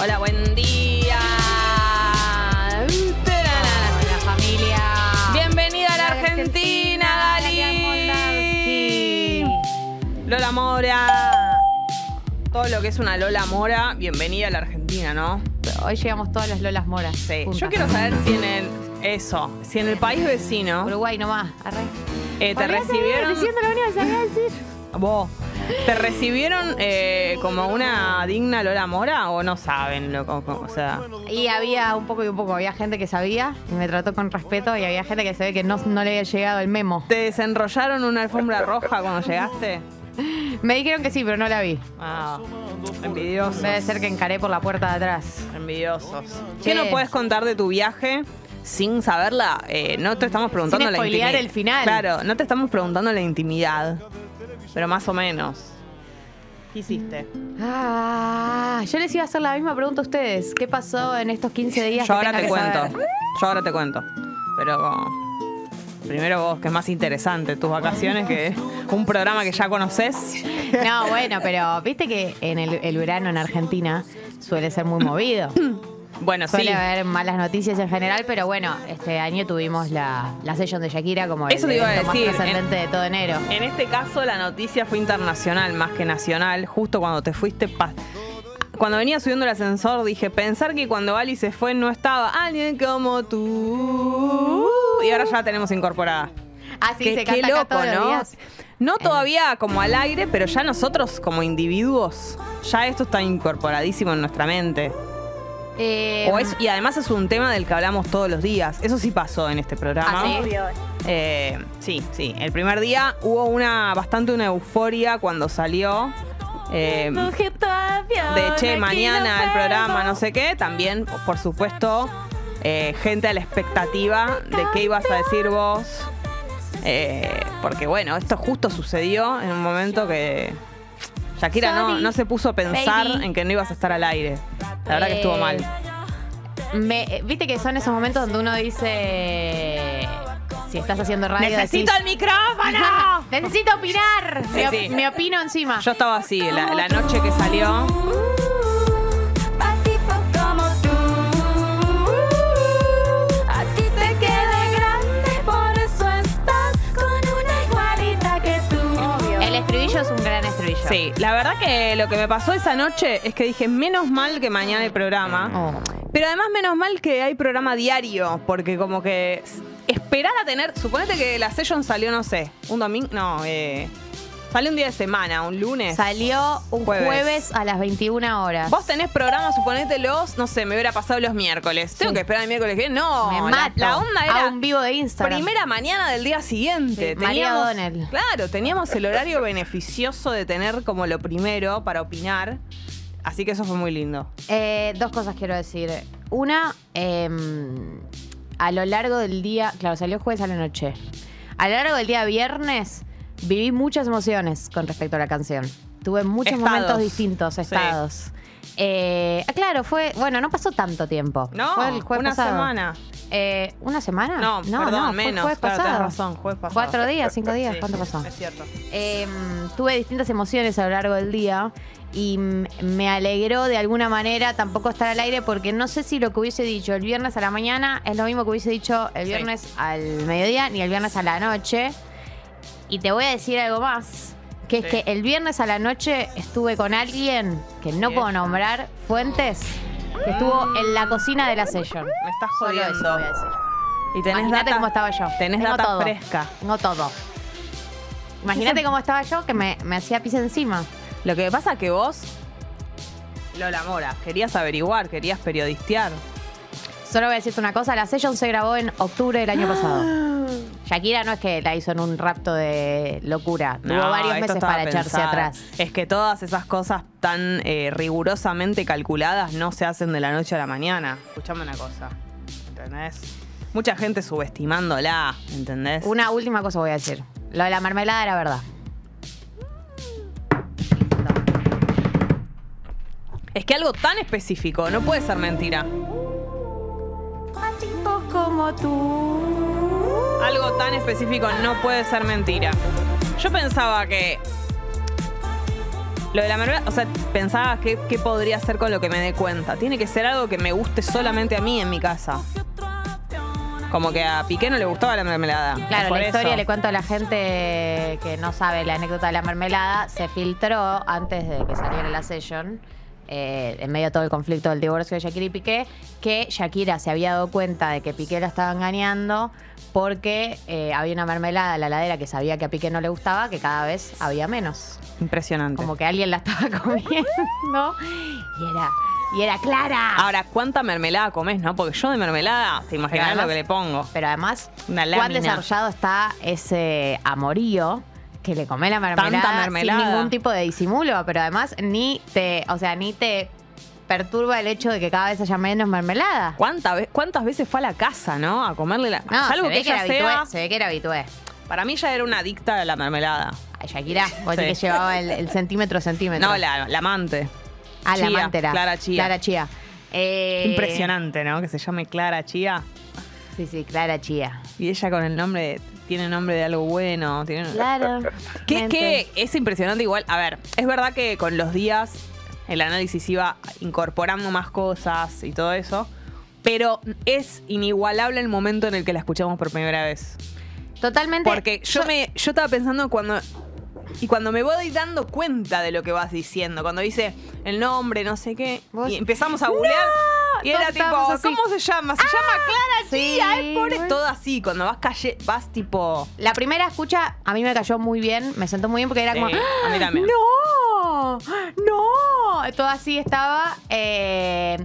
Hola, buen día. Hola familia. Bienvenida a la Argentina, Argentina, Galia Dali. Moldavsky. Lola Mora. Todo lo que es una Lola Mora, bienvenida a la Argentina, ¿no? Hoy llegamos todas las Lolas Moras. Sí. juntas. Yo quiero saber si en el. Eso, si en el país vecino Uruguay nomás. Arre. eh, te Olvídate, recibieron. Diciendo lo único que sabía decir. Vos. ¿Te recibieron eh, como una digna Lola Mora o no saben? loco? o sea. Y había un poco y un poco. Había gente que sabía y me trató con respeto y había gente que se ve que no, no le había llegado el memo. ¿Te desenrollaron una alfombra roja cuando llegaste? Me dijeron que sí, pero no la vi. Ah, envidiosos. Debe ser que encaré por la puerta de atrás. Envidiosos. Che. ¿Qué nos puedes contar de tu viaje sin saberla? Eh, no te estamos preguntando Sin la spoilear intimidad. el final. Claro, no te estamos preguntando la intimidad. Pero más o menos. ¿Qué hiciste? Ah, yo les iba a hacer la misma pregunta a ustedes. ¿Qué pasó en estos 15 Yo días? que ahora tenga te que cuento. saber? Yo ahora te cuento. Pero como, primero vos, que es más interesante tus vacaciones que un programa que ya conoces. No, bueno, pero viste que en el, el verano en Argentina suele ser muy movido. Bueno, Suele sí. haber malas noticias en general, pero bueno, este año tuvimos la, la session de Shakira como Eso el te iba a evento decir, más trascendente de todo enero. En este caso la noticia fue internacional más que nacional, justo cuando te fuiste pa- cuando venía subiendo el ascensor dije, pensar que cuando Ali se fue no estaba alguien como tú. Y ahora ya la tenemos incorporada. Así Qué- se qué canta acá todos los ¿no? días. No todavía como al aire, pero ya nosotros como individuos, ya esto está incorporadísimo en nuestra mente. Eh, O es- y además es un tema del que hablamos todos los días. Eso sí pasó en este programa. ¿Ah, sí? Eh, sí, sí. El primer día hubo una bastante una euforia cuando salió. eh, Em, de che, mañana el programa, no sé qué. También, por supuesto, eh, gente a la expectativa de qué ibas a decir vos. Eh, porque bueno, esto justo sucedió en un momento que Shakira no, Sorry, no se puso a pensar baby. en que no ibas a estar al aire. La verdad que estuvo Eh, mal. me- eh, viste que son esos momentos donde uno dice, si estás haciendo radio, ¡Necesito el decís, micrófono! necesito opinar. Sí, me, op- sí. me opino encima. Yo estaba así, la, la noche que salió. Pa' tipo como tú. A ti te queda grande, por eso estás con una igualita que tú. El estribillo es un gran estribillo. Sí, la verdad que lo que me pasó esa noche es que dije, menos mal que mañana hay programa. Oh. Pero además menos mal que hay programa diario, porque como que s- esperar a tener, suponete que la session salió, no sé, un domingo, no, eh, sale un día de semana, un lunes. Salió un Jueves. jueves. a las 21 horas. Vos tenés programa, suponete los, no sé, me hubiera pasado los miércoles. Tengo Sí. que esperar el miércoles que viene? No, me la- mato. La, onda Hago era un vivo de Instagram. Primera mañana del día siguiente. Sí, María O'Donnell. Claro, teníamos el horario beneficioso de tener como lo primero para opinar. Así que eso fue muy lindo. Eh, dos cosas quiero decir. Una, em, a lo largo del día, claro, salió jueves a la noche. A lo largo del día viernes viví muchas emociones con respecto a la canción. Tuve muchos Estados. momentos distintos, Sí. estados. Eh, ah, claro, fue, bueno, no pasó tanto tiempo. No, Fue el jueves una pasado. semana. Eh, ¿Una semana? No, perdón, fue menos. jueves Claro, tenés pasado. razón, jueves pasado. Cuatro días, cinco días, Sí, ¿cuánto pasó? Es cierto. Eh, tuve distintas emociones a lo largo del día y mm, me alegró de alguna manera tampoco estar al aire porque no sé si lo que hubiese dicho el viernes a la mañana es lo mismo que hubiese dicho el Sí. viernes al mediodía ni el viernes a la noche. Y te voy a decir algo más, que es Sí. que el viernes a la noche estuve con alguien que no Sí. puedo nombrar, Fuentes, que estuvo en la cocina de la session. Me estás Solo eso jodiendo. voy a decir. Y tenés Imagínate data, cómo estaba yo. Tenés Tengo data todo. fresca. No todo. Imagínate cómo estaba yo que me, me hacía pis encima. Lo que pasa es que vos, Lola Mora, querías averiguar, querías periodistear. Solo voy a decirte una cosa, la session se grabó en octubre del año pasado. Shakira no es que la hizo en un rapto de locura. Tuvo No, varios esto meses estaba para echarse pensado. atrás. Es que todas esas cosas tan eh, rigurosamente calculadas no se hacen de la noche a la mañana. Escuchame una cosa, ¿entendés? Mucha gente subestimándola, ¿entendés? Una última cosa voy a decir. Lo de la mermelada era verdad. Es que algo tan específico no puede ser mentira. como tú. Algo tan específico no puede ser mentira. Yo pensaba que Lo de la mermelada, o sea, pensaba qué, qué podría hacer con lo que me dé cuenta. Tiene que ser algo que me guste solamente a mí en mi casa. Como que a Piqué no le gustaba la mermelada. Claro, Por la historia eso. le cuento a la gente que no sabe la anécdota de la mermelada. Se filtró antes de que saliera la session, eh, en medio de todo el conflicto del divorcio de Shakira y Piqué, que Shakira se había dado cuenta de que Piqué la estaba engañando porque eh, había una mermelada en la ladera que sabía que a Piqué no le gustaba, que cada vez había menos. Impresionante. Como que alguien la estaba comiendo y era, y era Clara. Ahora, ¿cuánta mermelada comes, no? Porque yo de mermelada, te imaginas Pero además- lo que le pongo. Pero además, Una cuán lámina. desarrollado está ese amorío que le comé la mermelada, Tanta mermelada. sin ningún tipo de disimulo, pero además ni te, o sea, ni te perturba el hecho de que cada vez haya menos mermelada. ¿Cuánta ve- ¿Cuántas veces fue a la casa, no? A comerle la. No, Salvo que se, ve que ella era habitué, sea. se ve que era habitué. Para mí ya era una adicta a la mermelada. Ay, Shakira, vos Sí. decís que llevaba el, el centímetro centímetro. No, la, la amante. Ah, la Chía, mantera. Clara Chía. Clara Chía. Eh, Impresionante, ¿no? Que se llame Clara Chía. Sí, sí, Clara Chía. Y ella con el nombre. de- Tiene nombre de algo bueno. Tiene... Claro. Que, que es impresionante igual. A ver, es verdad que con los días el análisis iba incorporando más cosas y todo eso, pero es inigualable el momento en el que la escuchamos por primera vez. Totalmente. Porque yo me yo estaba pensando cuando y cuando me voy dando cuenta de lo que vas diciendo, cuando dice el nombre, no sé qué, Vos- y empezamos a googlear y Todos era tipo, estábamos así. Ah, ¿cómo se llama? Se llama Clara sí, Chía, es por bueno. todo así, cuando vas calle, vas tipo La primera escucha a mí me cayó muy bien, me sentó muy bien porque era Sí, como. ¡Ah! a mí también. ¡No! ¡No! Todo así estaba. eh,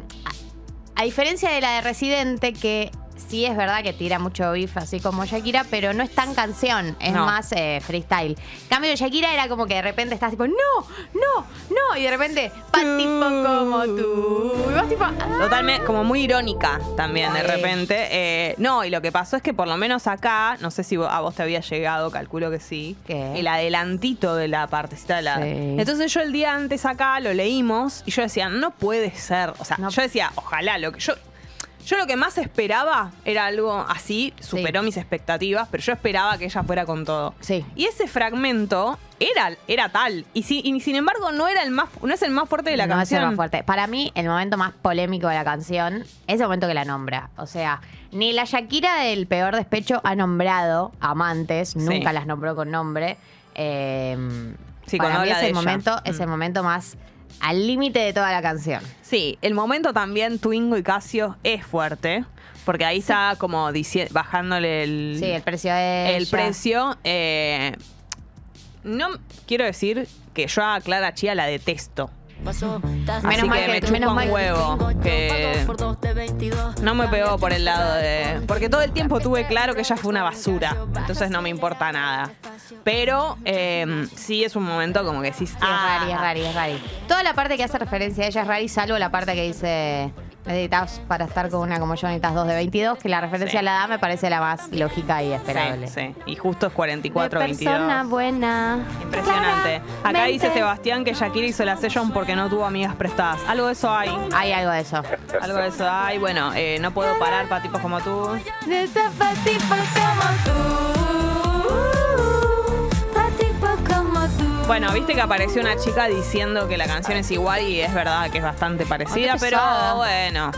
a, a diferencia de la de Residente, que sí es verdad que tira mucho beef, así como Shakira, pero no es tan canción, es No. más eh, freestyle. En cambio, Shakira era como que de repente estás tipo, ¡No! ¡No! ¡No! Y de repente, pa' tipo como tú. Y vos tipo, "Ah". Totalmente, como muy irónica también de Sí. repente. Eh, no, y lo que pasó es que por lo menos acá, no sé si vo- a vos te había llegado, calculo que sí, ¿Qué? el adelantito de la partecita de la... Sí. Entonces yo el día antes acá lo leímos y yo decía, no puede ser. O sea, No. yo decía, ojalá, lo que yo... Yo lo que más esperaba era algo así, superó mis expectativas, pero yo esperaba que ella fuera con todo. Sí. Y ese fragmento era, era tal. Y, si- y sin embargo no era el más, no es el más fuerte de la no es canción. el más fuerte. Para mí, el momento más polémico de la canción es el momento que la nombra. O sea, ni la Shakira del peor despecho ha nombrado amantes, nunca las nombró con nombre. Eh, Sí, para cuando mí habla es de el ella. Mm. momento, es el momento más al límite de toda la canción. Sí, el momento también Twingo y Casio es fuerte, porque ahí está como dici- bajándole el, Sí, el precio de el ella. precio. eh, no quiero decir que yo a Clara Chía la detesto. Menos así mal que, que- me chupa menos un mal que- huevo. Que no me pegó por el lado de. Porque todo el tiempo tuve claro que ella fue una basura. Entonces no me importa nada. Pero eh, sí es un momento como que decís. Sí, Ah, es rari, es rari, es rari. Toda la parte que hace referencia a ella es rari, salvo la parte que dice necesitas para estar con una como yo necesitas dos de 22, que la referencia Sí. a la edad me parece la más lógica y esperable. Sí, sí. Y justo es 44, De 22. persona buena. Impresionante. Acá Claramente. dice Sebastián que Shakira hizo la session porque no tuvo amigas prestadas. Algo de eso hay. Hay algo de eso. Algo de eso hay. Bueno, eh, no puedo parar para tipos como tú. De estar pa' tipos como tú. Pa' tipos como tú. Bueno, viste que apareció una chica diciendo que la canción es igual y es verdad que es bastante parecida, Ay, qué pero pesada. bueno.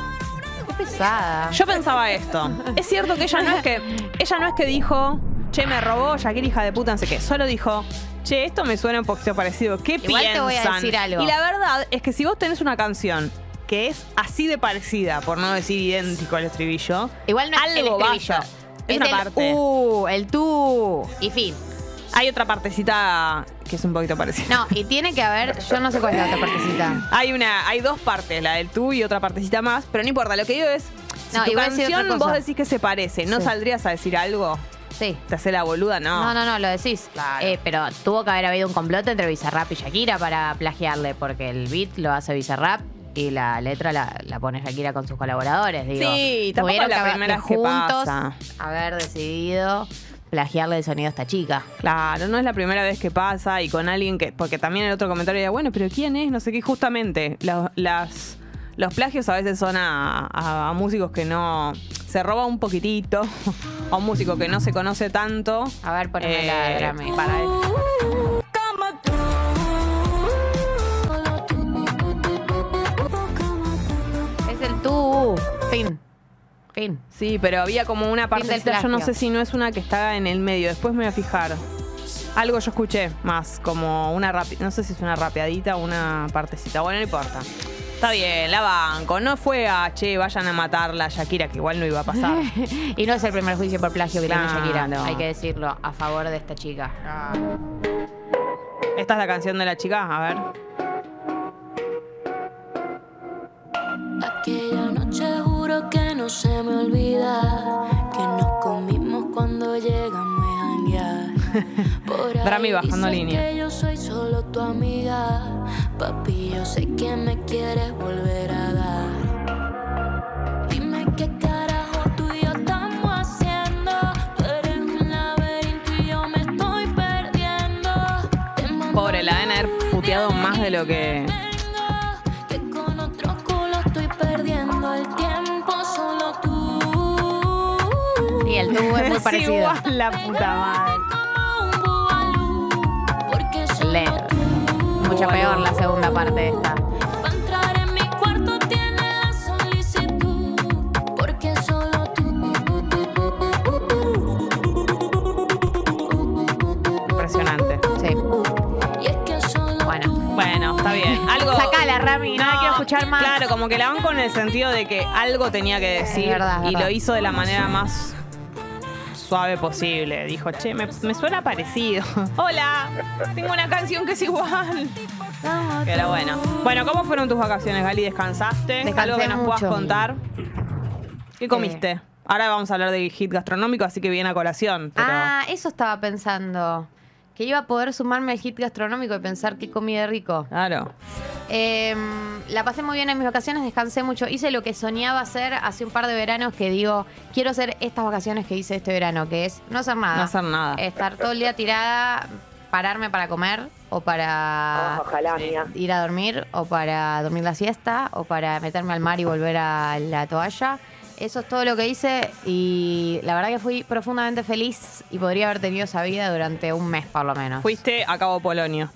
Qué pesada. Yo pensaba esto. Es cierto que ella no es que ella no es que dijo, "Che, me robó Shakira hija de puta", no sé qué. Solo dijo, "Che, esto me suena un poquito parecido. ¿Qué Igual piensan?" te voy a decir algo. Y la verdad es que si vos tenés una canción que es así de parecida, por no decir idéntico al estribillo, Igual no es algo el estribillo. basta. Es, una el parte. uh, el tú. Y fin. Hay otra partecita que es un poquito parecida. No, y tiene que haber. Yo no sé cuál es la otra partecita. Hay una, hay dos partes, la del tú y otra partecita más, pero no importa, lo que digo es, si No, tu iba a decir otra canción vos cosa. decís que se parece, ¿no Sí. saldrías a decir algo? Sí. ¿Te hace la boluda? No, no, no, lo decís. Claro. Eh, pero tuvo que haber habido un complot entre Bizarrap y Shakira para plagiarle, porque el beat lo hace Bizarrap y la letra la, la pone Shakira con sus colaboradores. Digo, Sí, tampoco es Tuvieron la haber- primera vez que juntos pasa. haber decidido plagiarle el sonido a esta chica. Claro, no es la primera vez que pasa y con alguien que. Porque también el otro comentario era, bueno, pero ¿quién es? No sé qué. Y Justamente, la- las, los plagios a veces son a, a- a músicos que no. Se roba un poquitito. A un músico que no se conoce tanto. A ver, poneme la Eh, Grammy. para- Como tú. Fin. Fin. Sí, pero había como una Fin del partecita, yo no sé plagio. si no es una que está en el medio, después me voy a fijar. Algo yo escuché más, como una rapi- no sé si es una rapeadita o una partecita, bueno, no importa. Está bien, la banco, no fue a, che, vayan a matarla Shakira, que igual no iba a pasar. Y no es el primer juicio por plagio que tiene Claro. Shakira. Hay que decirlo a favor de esta chica. Ah. Esta es la canción de la chica, a ver. Aquella noche juro que no se me olvida que nos comimos cuando llegamos a janguear. Por ahí Drami bajando dicen línea. Que yo soy solo tu amiga, papi. Yo sé que me quieres volver a dar. Dime qué carajo tú y yo estamos haciendo. Tú eres un laberinto y yo me estoy perdiendo. Te mando Pobre, la deben haber puteado más de lo que... que con otro culo estoy perdiendo el tiempo solo tú. Y el tubo es muy Es parecido. igual, la puta madre. Como un bubalú, porque Le- solo tú. Mucho peor la segunda parte de esta. Pa' entrar en mi cuarto tiene la solicitud, porque solo tú. Impresionante. Sí. Y es que solo Bueno. tú. Bueno, está bien. Algo. Sacala, Rami, no la quiero escuchar más. Claro, como que la van con el sentido de que algo tenía que decir verdad, es y verdad. lo hizo de la manera más suave posible. Dijo, che, me, me suena parecido. Hola, tengo una canción que es igual. Pero bueno. Bueno, ¿cómo fueron tus vacaciones, Gali? ¿Descansaste? Descansé ¿Algo que nos puedas mucho. contar? ¿Qué comiste? Ahora vamos a hablar de hit gastronómico, así que viene a colación. Pero... Ah, eso estaba pensando. Que iba a poder sumarme al hit gastronómico y pensar qué comida rico. Claro. Em, la pasé muy bien en mis vacaciones, descansé mucho. Hice lo que soñaba hacer hace un par de veranos que digo, quiero hacer estas vacaciones que hice este verano, que es no hacer nada. No hacer nada. Estar todo el día tirada, pararme para comer o para Ah, ojalá, mía. ir a dormir o para dormir la siesta o para meterme al mar y volver a la toalla. Eso es todo lo que hice y la verdad que fui profundamente feliz y podría haber tenido esa vida durante un mes por lo menos. Fuiste a Cabo Polonio.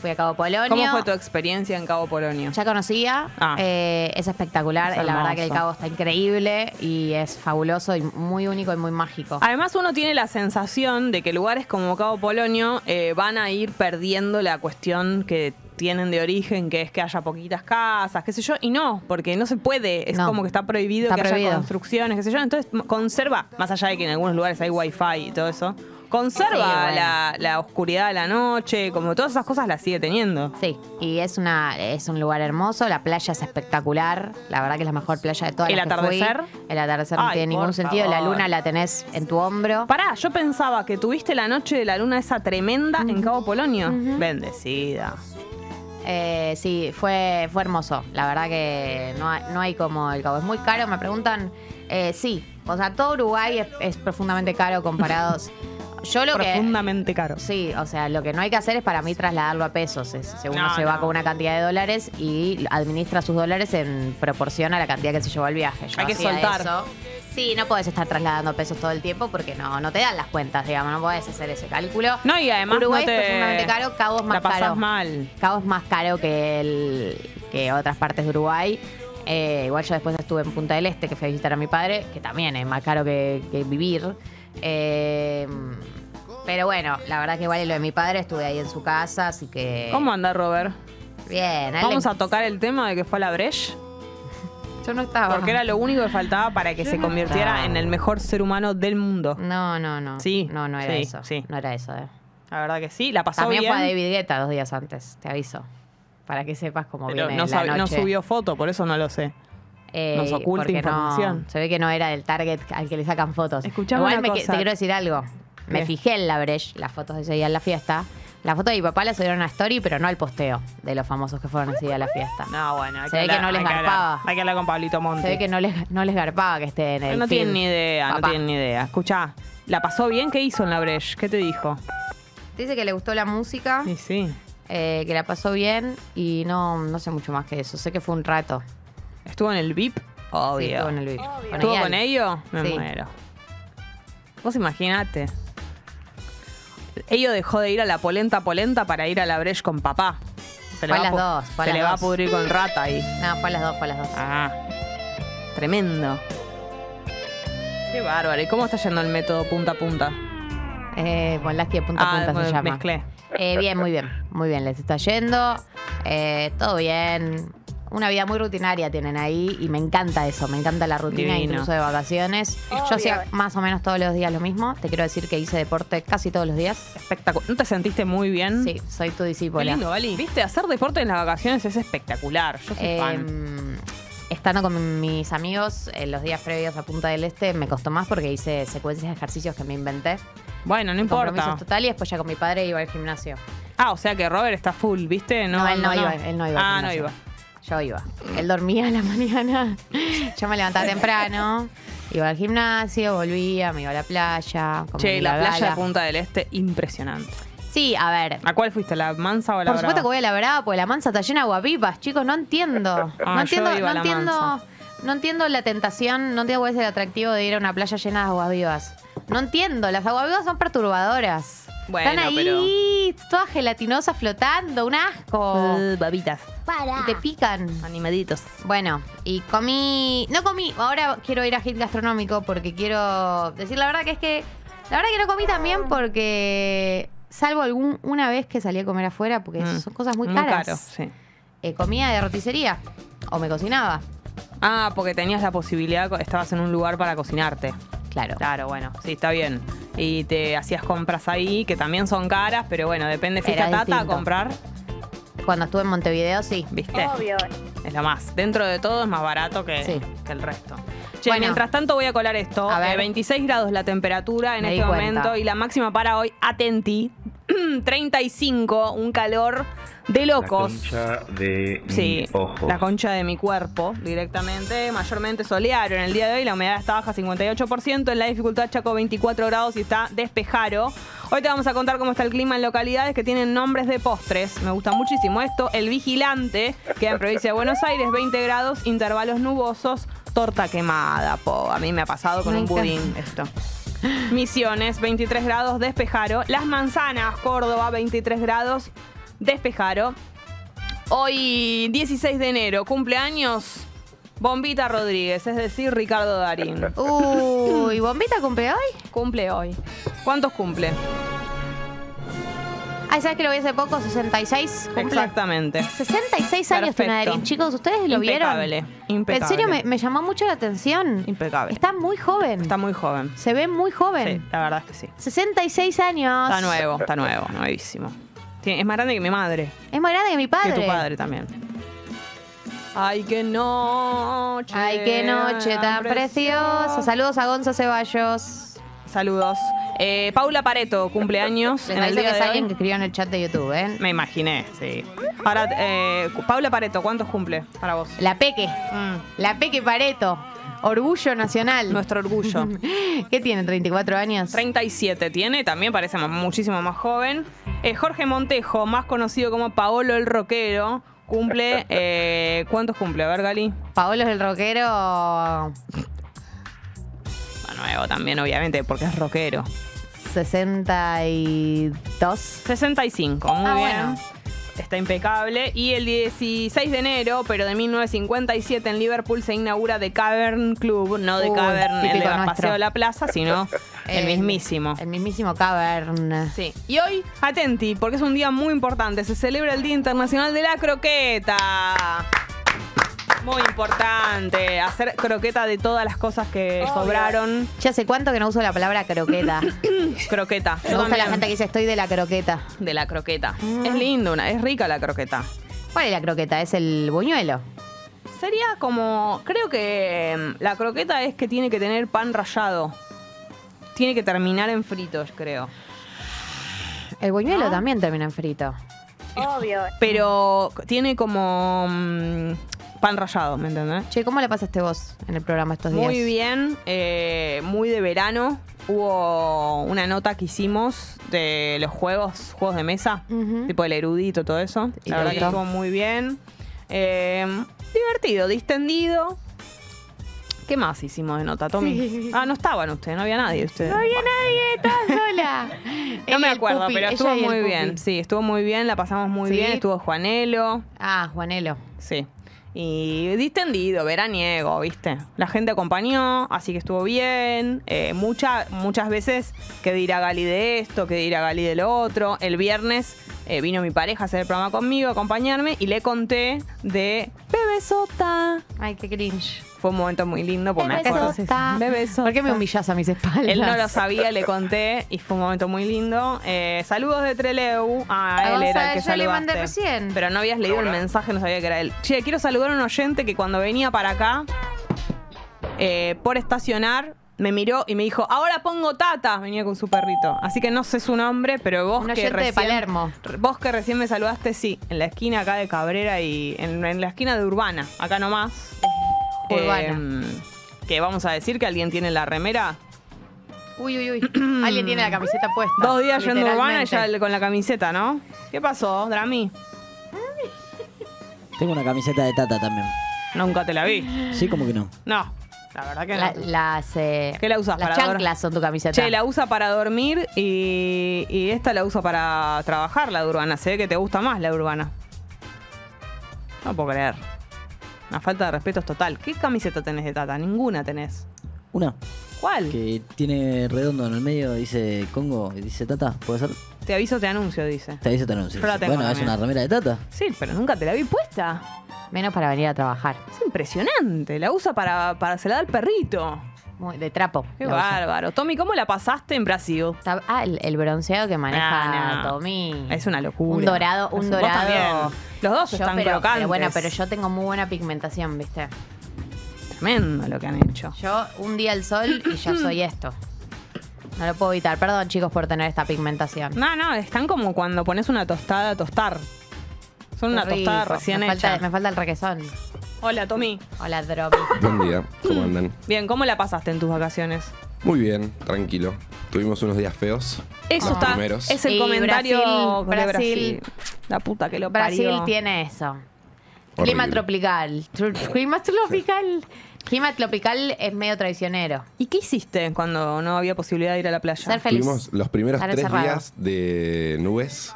Fui a Cabo Polonio. ¿Cómo fue tu experiencia en Cabo Polonio? Ya conocía, Ah. eh, es espectacular, Es eh, la verdad hermoso. que el cabo está increíble y es fabuloso y muy único y muy mágico. Además, uno tiene la sensación de que lugares como Cabo Polonio eh, van a ir perdiendo la cuestión que tienen de origen, que es que haya poquitas casas, qué sé yo, y no, porque no se puede, es No. como que está prohibido Está que haya prohibido. construcciones, qué sé yo, entonces m- conserva, más allá de que en algunos lugares hay wifi y todo eso, conserva Sí, bueno. la, la oscuridad de la noche, como todas esas cosas las sigue teniendo. Sí, y es una es un lugar hermoso, la playa es espectacular, la verdad que es la mejor playa de todas ¿El las que fui. atardecer? El atardecer no Ay, tiene por ningún sentido, la favor. luna la tenés en tu hombro. Pará, yo pensaba que tuviste la noche de la luna esa tremenda en Cabo Polonio. Bendecida. Eh, sí, fue, fue hermoso. La verdad que no hay, no hay como el cabo. Es muy caro, me preguntan. eh, sí, o sea, todo Uruguay es, es profundamente caro comparados. Yo lo que. Profundamente caro. Sí, o sea, lo que no hay que hacer es para mí trasladarlo a pesos. Es, según No, uno se no. va con una cantidad de dólares y administra sus dólares en proporción a la cantidad que se llevó el viaje. Yo Hay que hacía soltar. eso. Sí, no podés estar trasladando pesos todo el tiempo porque no, no te dan las cuentas, digamos, no podés hacer ese cálculo. No, y además Uruguay no te- es profundamente caro, Cabo es más La pasás caro. mal. Cabo es más caro que, el- que otras partes de Uruguay. Eh, igual yo después estuve en Punta del Este, que fui a visitar a mi padre, que también es más caro que, que vivir. Eh, pero bueno, la verdad que igual es lo de mi padre, estuve ahí en su casa, así que... ¿Cómo anda, Robert? Bien, a él Vamos le- a tocar el tema de que fue a la Breche, Yo no estaba. porque era lo único que faltaba para que se convirtiera estaba. en el mejor ser humano del mundo. No, no, no. Sí, No, no era sí, eso. sí. No era eso, eh. La verdad que sí, la pasó También bien. fue a David Guetta dos días antes, te aviso. Para que sepas cómo pero viene no, la sab- no noche. subió foto, por eso no lo sé. Eh, Nos oculta porque no- información. se ve que no era del target al que le sacan fotos. Escuchame Igual una me que- cosa. te quiero decir algo. Me ¿Qué? fijé en la Breche, las fotos de ese día en la fiesta. La foto de mi papá la subieron a Story, pero no al posteo de los famosos que fueron ese día a la fiesta. No, bueno, hay Se ve que no les hay hablar- garpaba. hay que hablar con Pablito Monti. Se ve que no les, no les garpaba que esté en el no tienen film. ni idea, no Papá. tienen ni idea. Escuchá, ¿la pasó bien? ¿Qué hizo en la Breche? ¿Qué te dijo? Dice que le gustó la música, Y sí, eh, que la pasó bien y no, no sé mucho más que eso. Sé que fue un rato. ¿estuvo en el VIP? Obvio. Sí, estuvo en el VIP. Con ¿Estuvo Eyal. con ellos? Me Sí. muero. Vos imaginate. Ello dejó de ir a la polenta polenta para ir a la breche con papá. Se Fue a va las pu- dos, fue a se las le va a dos. pudrir con rata ahí. No, fue a las dos, fue a las dos. Ah. Tremendo. Qué bárbaro. ¿Y cómo está yendo el método punta a punta? Eh, Molaski de punta a ah, punta bueno, se llama. mezclé. Eh, bien, muy bien. Muy bien, les está yendo. Eh, todo bien. Una vida muy rutinaria tienen ahí y me encanta eso, me encanta la rutina Divino. incluso de vacaciones. Yo Obvio. hacía más o menos todos los días lo mismo. Te quiero decir que hice deporte casi todos los días. Espectacular. ¿No te sentiste muy bien? Sí, soy tu Mm. Qué discípula. lindo, Vali. Viste, hacer deporte en las vacaciones es espectacular. Yo soy fan. Eh, estando con mis amigos en los días previos a Punta del Este me costó más porque hice secuencias de ejercicios que me inventé. Bueno, no Compromisos importa. total y después ya con mi padre iba al gimnasio. Ah, o sea que Robert está full, ¿viste? No, No, él no, iba, él no iba. al Ah, no gimnasio. iba. Yo iba. Él dormía a la mañana. Yo me levantaba temprano, iba al gimnasio, volvía, me iba a la playa. comía Che, mi la playa gala. de Punta del Este, impresionante. Sí, a ver. ¿A cuál fuiste? ¿La mansa o la Por supuesto que Brava? voy a la brava, porque la mansa está llena de guapipas, chicos, no entiendo. Ah, no yo entiendo, iba no a La entiendo, Mansa. no entiendo la tentación, no entiendo cuál es el atractivo de ir a una playa llena de aguas vivas. No entiendo, las aguas vivas son perturbadoras. Bueno, Están ahí, todas gelatinosas flotando, un asco. Uh, babitas. Y te pican. Animaditos. Bueno, y comí. No comí, ahora quiero ir a hit gastronómico porque quiero decir la verdad que es que. La verdad que no comí también porque. Salvo algún, una vez que salí a comer afuera, porque Mm, son cosas muy caras. caro, sí. Eh, comía de roticería. O me cocinaba. Ah, porque tenías la posibilidad, co- estabas en un lugar para cocinarte. Claro. Claro, bueno, sí, está bien. Y te hacías compras ahí, que también son caras, pero bueno, depende. ¿Fuiste Era a Tata a distinto. comprar? Cuando estuve en Montevideo, sí. ¿Viste? Obvio. Es lo más. Dentro de todo es más barato que, Sí. que el resto. Che, Bueno. mientras tanto voy a colar esto. A ver. Eh, 26 grados la temperatura en Me este di cuenta. momento y la máxima para hoy, atenti, 35, un calor de locos. La concha de Sí, mi ojo. la concha de mi cuerpo directamente, mayormente soleado en el día de hoy, la humedad está baja 58%, en la dificultad Chaco 24 grados y está despejaro. Hoy te vamos a contar cómo está el clima en localidades que tienen nombres de postres, me gusta muchísimo esto, El Vigilante, queda en provincia de Buenos Aires, 20 grados, intervalos nubosos, torta quemada, po, a mí me ha pasado con Me un encanta. budín esto. Misiones, 23 grados, despejaro. Las Manzanas, Córdoba, 23 grados, despejaro. Hoy, 16 de enero, cumpleaños Bombita Rodríguez, es decir, Ricardo Darín. Uy, ¿bombita cumple hoy? Cumple hoy. ¿Cuántos cumple? Ay, ¿sabes que lo vi hace poco? 66. Cumple. Exactamente. 66 años Perfecto. Tunadarín. Chicos, ¿ustedes lo impecable, vieron? Impecable. En serio, me, me llamó mucho la atención. Impecable. Está muy joven. Está muy joven. Se ve muy Sí, joven. Ah, la verdad es que sí. 66 años. Está nuevo, está nuevo, nuevísimo. Tiene- Es más grande que mi madre. Es más grande que mi padre. Que tu padre también. Ay, qué noche. Ay, qué noche tan preciosa. Saludos a Gonza Ceballos. Saludos. Eh, Paula Pareto, cumpleaños. Les en el aviso que día es de alguien hoy. que escribió en el chat de YouTube, ¿eh? Me imaginé, sí. Ahora, eh, Paula Pareto, ¿cuántos cumple para vos? La Peque. Mm, La Peque Pareto. Orgullo nacional. nuestro orgullo. ¿Qué tiene? ¿34 años? 37 tiene, también parece mo- muchísimo más joven. Eh, Jorge Montejo, más conocido como Paolo el Roquero, cumple. eh, ¿Cuántos cumple? A ver, Gali. Paolo es el rockero. Está nuevo también, obviamente, porque es rockero. 62. 65, muy Ah, bien. bueno. Está impecable. Y el 16 de enero, pero de 1957, en Liverpool se inaugura The Cavern Club. No The Uy, Cavern, el de típico la nuestro. Paseo de la Plaza, sino el Eh, mismísimo. El mismísimo Cavern. Sí. Y hoy, atenti, porque es un día muy importante. Se celebra el Día Internacional de la Croqueta. Muy importante. Hacer croqueta de todas las cosas que sobraron. Ya hace cuánto que no uso la palabra croqueta. Croqueta. Me gusta la gente Ah. que dice estoy de la croqueta. de la croqueta. Es lindo, una, es rica la croqueta. ¿Cuál es la croqueta? Es el buñuelo. Sería como, creo que mm, la croqueta es que tiene que tener pan rallado. Tiene que terminar en fritos, creo. El Ah. buñuelo también termina en frito. Obvio. Pero tiene como mm, pan rallado, ¿me entendés? Che, ¿cómo la pasaste vos en el programa estos días? Muy bien, eh, muy de verano. Hubo una nota que hicimos de los juegos, juegos de mesa, Ujú. tipo el erudito, todo eso. ¿Y La te verdad que gustó? estuvo muy bien. Eh, divertido, distendido. ¿Qué más hicimos de nota, Tommy? Sí. Ah, no estaban ustedes, no había nadie ustedes. No había nadie, estaba sola. No Ella y me el acuerdo, pupi, pero ella estuvo y el muy pupi. bien. Sí, estuvo muy bien, la pasamos muy Sí. bien. Estuvo Juanelo. Ah, Juanelo. Sí. Y distendido, veraniego, ¿viste? La gente acompañó, así que estuvo bien. Eh, mucha- muchas veces, que dirá Gali de esto? que dirá Gali del otro? El viernes eh, vino mi pareja a hacer el programa conmigo, a acompañarme, y le conté de Bebesota. Ay, qué cringe. Fue un momento muy lindo, porque me acuerdo. Bebesota. Bebesota. ¿Por qué me humillas a mis espaldas? Él no lo sabía, le conté y fue un momento muy lindo. Eh, saludos de Treleu. Ah, A él era Gonza, el que yo le mandé saludaste. recién. Pero no habías leído el mensaje, no sabía que era él. Che, quiero saludar a un oyente que cuando venía para acá, eh, por estacionar, me miró y me dijo, ahora pongo tata. Venía con su perrito. Así que no sé su nombre, pero vos Un que oyente recién... de Palermo. Vos que recién me saludaste, sí, en la esquina acá de Cabrera y en, en la esquina de Urbana, acá nomás. Urbana. Eh, que vamos a decir que alguien tiene la remera Uy, uy, uy. Alguien tiene la camiseta puesta. Dos días yendo a urbana y ya literalmente. le- con la camiseta, ¿no? ¿Qué pasó, Drami? Tengo una camiseta de Tata también. Nunca te la vi. Sí, como que no. No, la verdad que La- no. las eh, ¿Qué la usás las para dormir? chanclas son tu camiseta. Che, la usa para dormir y, y esta la usa para trabajar, la de urbana. Se ve que te gusta más la de urbana. No puedo creer. Una falta de respeto es total. ¿Qué camiseta tenés de Tata? Ninguna tenés. Una ¿Cuál? que tiene redondo en el medio, dice Congo, y dice Tata. ¿Puede ser? Te aviso, te anuncio, dice. Te aviso, te anuncio. Yo la tengo Bueno, es también. una remera de Tata. Sí, pero nunca te la vi puesta. Menos para venir a trabajar. Es impresionante. La usa para, para se la da al perrito. Muy- de trapo. Qué la usa. bárbaro. Tommy, ¿cómo la pasaste en Brasil? Está- Ah, el, el bronceado que maneja Ah, no. Tommy. Es una locura. Un dorado, un Vos dorado. también. Los dos Yo, están pero, crocantes. pero bueno, pero yo tengo muy buena pigmentación, ¿viste? Tremendo lo que han hecho. Yo un día al sol y ya soy esto. No lo puedo evitar. Perdón, chicos, por tener esta pigmentación. No, no, están como cuando pones una tostada a tostar. Son una Qué rico. tostada recién me hecha. Falta, me falta el requesón. Hola, Tommy. Hola, Dromi. Buen día, ¿cómo Mm. andan? Bien, ¿cómo la pasaste en tus vacaciones? Muy bien, tranquilo. Tuvimos unos días feos. Eso los está. Ah. primeros. Es el Y comentario Brasil, de Brasil. Brasil. La puta que lo Brasil parió. tiene eso. Horrible. Clima tropical. Tru- Clima tropical. Clima tropical es medio traicionero. ¿Y qué hiciste cuando no había posibilidad de ir a la playa? Ser feliz. Tuvimos los primeros Estar tres encerrado. días de nubes,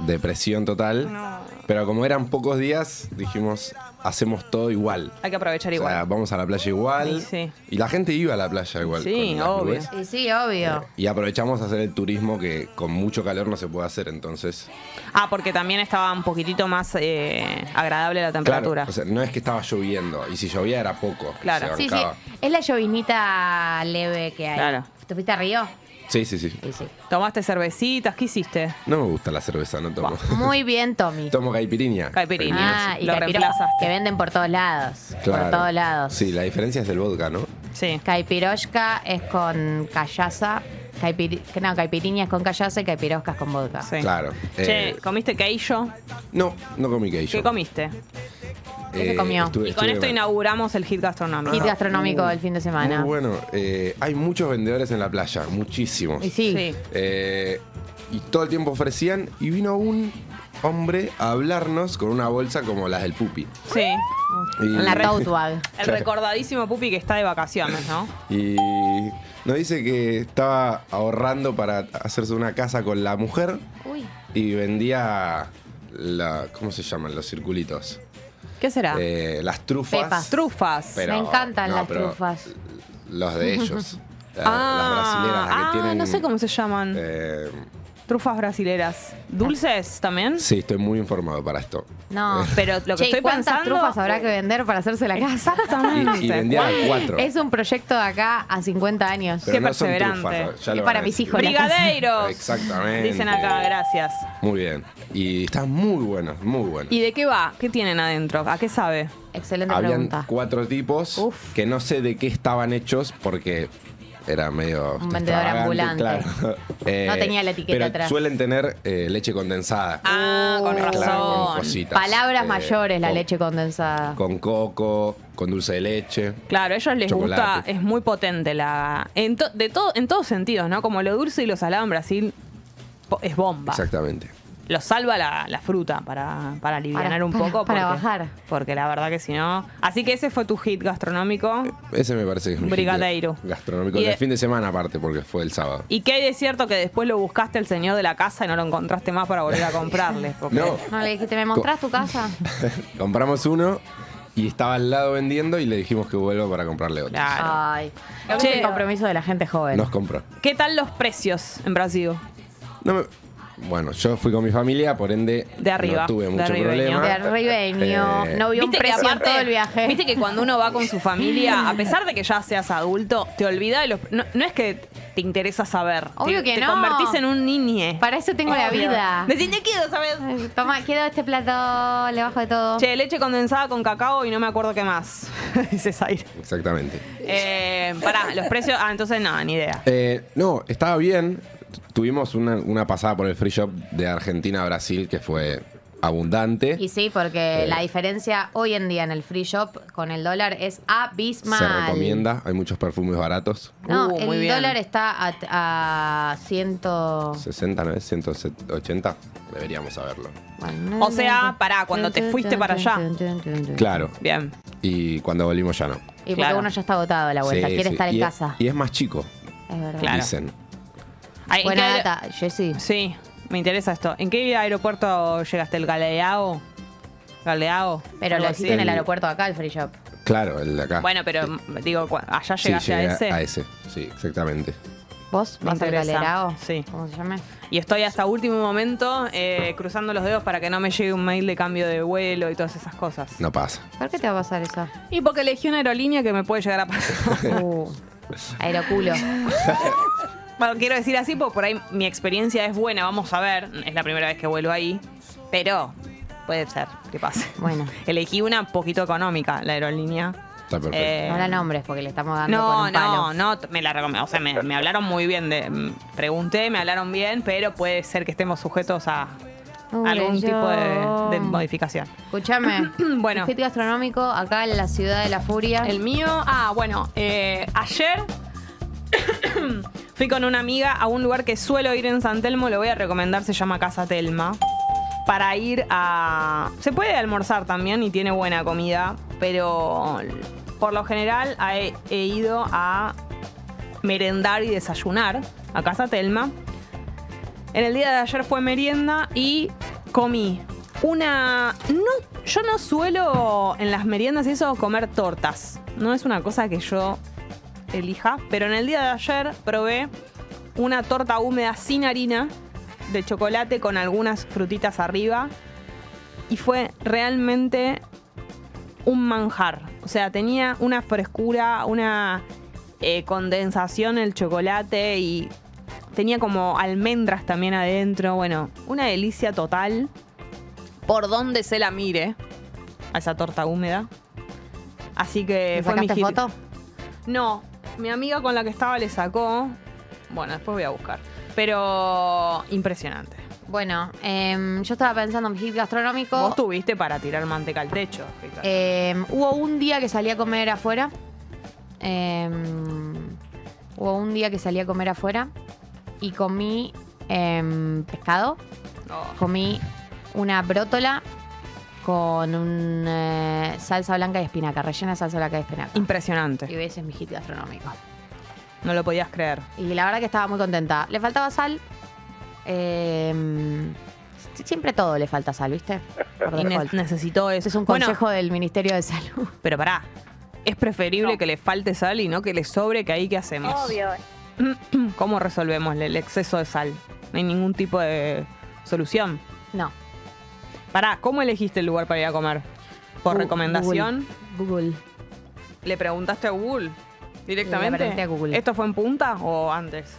depresión total. Pero como eran pocos días, dijimos, hacemos todo igual. Hay que aprovechar O igual. sea, vamos a la playa igual. Sí, sí. Y la gente iba a la playa igual. Sí, con las obvio. nubes. Y sí, obvio. Y aprovechamos a hacer el turismo que con mucho calor no se puede hacer, entonces. Ah, porque también estaba un poquitito más eh, agradable la Claro, temperatura. o sea, no es que estaba lloviendo, y si llovía era poco. que Claro. se Sí, sí. bancaba. Es la llovinita leve que hay. Claro. ¿Te fuiste a Río? sí, sí, sí. Y sí. ¿Tomaste cervecitas? ¿Qué hiciste? No me gusta la cerveza, no tomo. Muy bien, Tommy. Tomo caipirinha. Caipirinha. Ah, y Lo caipirinha reemplazaste. que venden por todos lados. Por Claro. todos lados. Sí, la diferencia es del vodka, ¿no? Sí. Caipiroshka es con callaza. Caipiri- no, caipiriña es con callaza y caipirosca es con vodka. sí. Claro. Che, Eh, ¿comiste queijo? no, no comí queijo. Eh, ¿Qué comiste? ¿Qué se comió? estuve- Y con estuve esto mal. inauguramos el hit gastronómico. Hit gastronómico del fin de semana. Muy bueno. eh, hay muchos vendedores en la playa, muchísimos. Y sí. Sí. Eh, y todo el tiempo ofrecían, y vino un hombre a hablarnos con una bolsa como las del pupi. Sí. Y- En la tote bag. El recordadísimo Pupi que está de vacaciones, ¿no? Y nos dice que estaba ahorrando para hacerse una casa con la mujer Uy. y vendía la, ¿cómo se llaman? Los circulitos. ¿Qué será? Eh, las trufas. Pepas. Trufas. Pero- Me encantan no, las pero- trufas. Los de ellos. La- las brasileras, las que ah, tienen. no sé cómo se llaman. eh, Trufas brasileras. ¿Dulces también? sí, Eh, estoy muy informado para esto. No. Pero lo que Che, estoy ¿cuántas pensando... trufas habrá que vender para hacerse la casa? Ah, Y, y vendía las cuatro. Es un proyecto de acá a 50 años. pero qué no son perseverante. trufas, ya Es lo van para a mis decir. hijos. Brigadeiros. Exactamente. Dicen acá, gracias. Muy bien. Y están muy buenos, muy buenos. ¿Y de qué va? ¿Qué tienen adentro? ¿A qué sabe? Excelente Habían pregunta. cuatro tipos Uf. que no sé de qué estaban hechos porque era medio. Un vendedor extravagante, ambulante. Claro. Eh, No tenía la etiqueta pero atrás. Suelen tener eh, leche condensada. Ah, con mezclada Con razón. cositas. Palabras Eh, mayores, la con- leche condensada. Con coco, con dulce de leche. Claro, a ellos les Chocolate. gusta, es muy potente la. En, to- de todo, en todos sentidos, ¿no? Como lo dulce y lo salado en Brasil po- es bomba. Exactamente. Los salva la, la fruta para, para aliviar un para- poco. para porque- bajar. Porque la verdad que si no. Así que ese fue tu hit gastronómico. Ese me parece que es mi Brigadeiro. hit Gastronómico. Y del de- fin de semana, aparte, porque fue el sábado. ¿Y qué hay de cierto que después lo buscaste el señor de la casa y no lo encontraste más para volver a comprarle? Porque- No, No, le dijiste, ¿me mostrás tu casa? compramos uno y estaba al lado vendiendo y le dijimos que vuelva para comprarle otro. Ah, Claro. Ay. Che. Es el compromiso de la gente joven. Nos compró. ¿Qué tal los precios en Brasil? No me- Bueno, yo fui con mi familia, por ende De arriba, no tuve de mucho arribeño. problema. De arribeño. Eh, no vio un Viste que precio en aparte- todo el viaje. Viste que cuando uno va con su familia, a pesar de que ya seas adulto, te olvidas de los. No, no es que te interesa saber. Obvio te, que te no. convertís en un niñe. Para eso tengo la vida. Decís, te quiero saber. Toma, quiero este plato, le bajo de todo. Che, leche condensada con cacao y no me acuerdo qué más. Dice Zaira. Exactamente. Eh, pará, los precios. Ah, entonces no, ni idea. Eh, no, estaba bien. Tuvimos una, una pasada por el free shop de Argentina a Brasil que fue abundante. Y sí, porque Eh. la diferencia hoy en día en el free shop con el dólar es abismal. Se recomienda, hay muchos perfumes baratos. No, Uh, muy el bien. dólar está a, a ciento... 60, ¿no es? 180. Deberíamos saberlo. Bueno, O sea, pará, cuando te fuiste para allá. Claro. Bien. Y cuando volvimos ya no. Y porque Claro. uno ya está agotado a la vuelta, Sí, quiere sí. estar en Y es- casa. y es más chico, es verdad. Claro. dicen. Ay, ¿en Buena qué aer- data, Jessy. Sí, me interesa esto. ¿En qué aeropuerto llegaste? ¿El Galeao? ¿Galeao? Pero Algo lo así. hiciste en el aeropuerto acá, el free shop. Claro, el de acá. Bueno, pero m- digo, cua- allá Sí, llegaste llegué a ese. Sí, exactamente. ¿Vos Me vas al interesa. galerao? Sí. ¿Cómo se llama? Y estoy hasta último momento eh, cruzando los dedos para que no me llegue un mail de cambio de vuelo y todas esas cosas. No pasa. ¿Por qué te va a pasar eso? Y porque elegí una aerolínea que me puede llegar a pasar. Uh, aeroculo. Bueno, quiero decir así, porque por ahí mi experiencia es buena, vamos a ver. Es la primera vez que vuelvo ahí. Pero puede ser que pase. Bueno. Elegí una poquito económica, la aerolínea. Está perfecto. Eh, No la nombres porque le estamos dando con No, un palo. no, no, t- me la recom- O sea, me, me hablaron muy bien de. mm, Pregunté, me hablaron bien, pero puede ser que estemos sujetos a Pobre algún tipo de, John. de modificación. Escúchame. Bueno. Fit gastronómico acá en la ciudad de la furia. El mío, ah, bueno, eh, ayer fui con una amiga a un lugar que suelo ir en San Telmo, lo voy a recomendar, se llama Casa Telma. Para ir a. Se puede almorzar también y tiene buena comida, pero por lo general he, he ido a merendar y desayunar a Casa Telma. En el día de ayer fue merienda y comí una. No, yo no suelo en las meriendas y eso comer tortas. No es una cosa que yo elija. Pero en el día de ayer probé una torta húmeda sin harina de chocolate con algunas frutitas arriba. Y fue realmente un manjar. O sea, tenía una frescura, una eh, condensación el chocolate y tenía como almendras también adentro. Bueno, una delicia total. Por donde se la mire a esa torta húmeda. Así que ¿Le fue mi sacaste hit. foto? No, mi amiga con la que estaba le sacó. Bueno, después voy a buscar. Pero impresionante. Bueno, em, yo estaba pensando en hit gastronómico. Vos tuviste para tirar manteca al techo. Ricardo. Em, hubo un día que salí a comer afuera. Em, hubo un día que salí a comer afuera y comí em, pescado. Oh. Comí una brótola con un, eh, salsa blanca y espinaca, rellena de salsa blanca y espinaca. Y Impresionante. ese es mi hit gastronómico. No lo podías creer. Y la verdad que estaba muy contenta. Le faltaba sal. Em, si- siempre todo le falta sal, ¿viste? Por Y ne- default. necesitó eso. Ese es un Bueno, consejo del Ministerio de Salud. pero pará. Es preferible que le falte sal y no que le sobre, que ahí qué hacemos. Obvio. ¿Cómo resolvemos el exceso de sal? No hay ningún tipo de solución. No. Pará, ¿cómo elegiste el lugar para ir a comer? ¿Por Gu- recomendación? Google. Google. ¿Le preguntaste a Google directamente? Le pregunté a Google. ¿Esto fue en punta o antes?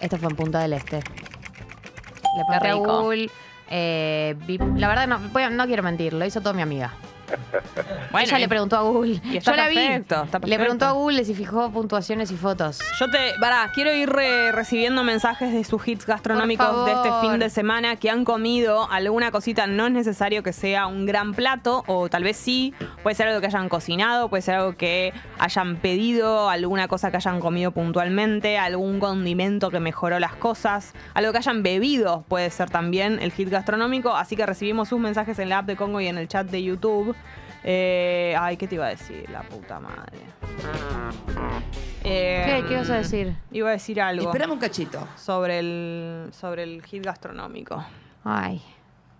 Esto fue en Punta del Este. Le Qué pregunté a rico. Google. eh, vi- la verdad, no, voy a- no quiero mentir. Lo hizo toda mi amiga. Bueno, Ella le preguntó a Google. y está Yo la vi. perfecto, está Le perfecto. preguntó a Google si fijó puntuaciones y fotos. Yo te, pará, quiero ir eh, recibiendo mensajes de sus hits gastronómicos Por de favor. este fin de semana que han comido alguna cosita. No es necesario que sea un gran plato, o tal vez sí. Puede ser algo que hayan cocinado, puede ser algo que hayan pedido, alguna cosa que hayan comido puntualmente, algún condimento que mejoró las cosas, algo que hayan bebido, puede ser también el hit gastronómico. Así que recibimos sus mensajes en la app de Congo y en el chat de YouTube. Eh, ay, ¿qué te iba a decir? La puta madre. Eh, ¿Qué? ¿Qué vas a decir? Iba a decir algo Esperame un cachito. sobre el sobre el hit gastronómico. Ay,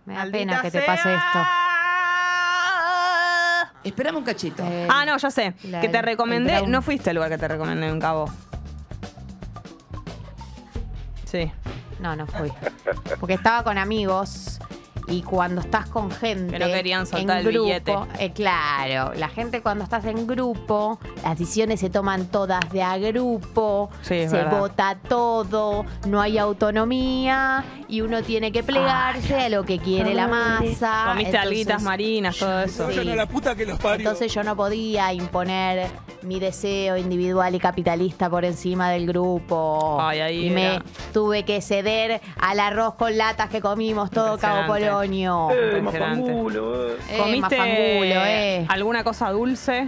me da Maldita pena que te sea. Ah, pase esto. Esperame un cachito. Eh, Ah, no, ya sé. La- que te el recomendé. brown. No fuiste al lugar que te recomendé en Cabo. Sí. No, no fui. Porque estaba con amigos y cuando estás con gente. Que no querían soltar en el grupo- billete. eh, claro, la gente cuando estás en grupo, las decisiones se toman todas de a grupo, Sí, es se verdad. vota todo, no hay autonomía y uno tiene que plegarse a lo que quiere la masa. Comiste Ah, Entonces, alguitas marinas, todo eso. Sí. Entonces yo no podía imponer mi deseo individual y capitalista por encima del grupo. Ay, ahí y me era. tuve que ceder al arroz con latas que comimos todo Cabo Impresionante. Polonio. Impresionante. Eh, ¿Comiste mafangulo, eh. alguna cosa dulce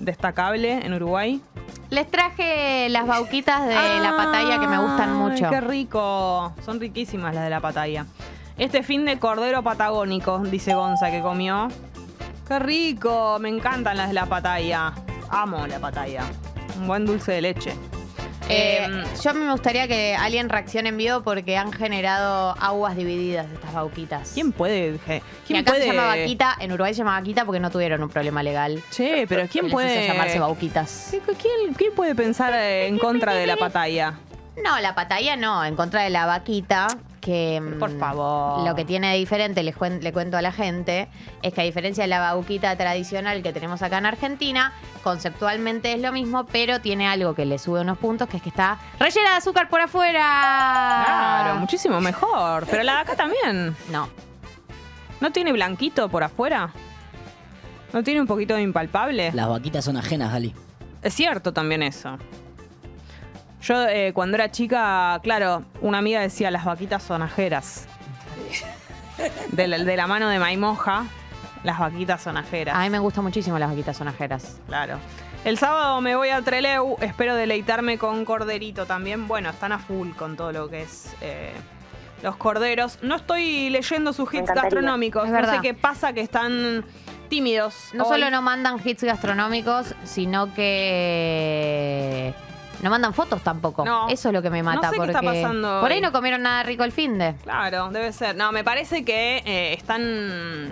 destacable en Uruguay? Les traje las bauquitas de la patalla que me gustan Ay, mucho. Ah, Qué rico. Son riquísimas las de la patalla. Este fin de cordero patagónico, dice Gonza que comió. Qué rico. Me encantan las de la patalla. Amo la patalla. Un buen dulce de leche. Eh, Em, yo me gustaría que alguien reaccione en vivo porque han generado aguas divididas estas bauquitas. ¿Quién puede? je- Y ¿Quién acá puede? se llama vaquita, en Uruguay se llama vaquita porque no tuvieron un problema legal. Che, pero ¿quién que les puede hizo llamarse bauquitas? ¿Qui- qui- ¿Quién, quién puede pensar eh, en contra de la patalla? No, la patalla no, en contra de la vaquita, que... Pero mm, por favor. Lo que tiene de diferente, les cuen- le cuento a la gente, es que a diferencia de la vaquita tradicional que tenemos acá en Argentina, conceptualmente es lo mismo, pero tiene algo que le sube unos puntos, que es que está rellena de azúcar por afuera. Ah. Claro, muchísimo mejor. Pero la de acá también. No, ¿No tiene blanquito por afuera? ¿No tiene un poquito de impalpable? Las vaquitas son ajenas, Gali. Es cierto también eso. Yo eh, cuando era chica, claro, una amiga decía las vaquitas sonajeras. De la, de la mano de Maimoja, las vaquitas sonajeras. a mí me gustan muchísimo las vaquitas sonajeras. Claro. El sábado me voy a Treleu, espero deleitarme con corderito también. Bueno, están a full con todo lo que es eh, los corderos. No estoy leyendo sus hits gastronómicos, Es no sé verdad. qué pasa que están tímidos. No hoy. solo no mandan hits gastronómicos, sino que no mandan fotos tampoco. No. Eso es lo que me mata. No sé qué porque está pasando Por hoy. ahí no comieron nada rico el fin de. Claro, debe ser. No, me parece que eh, están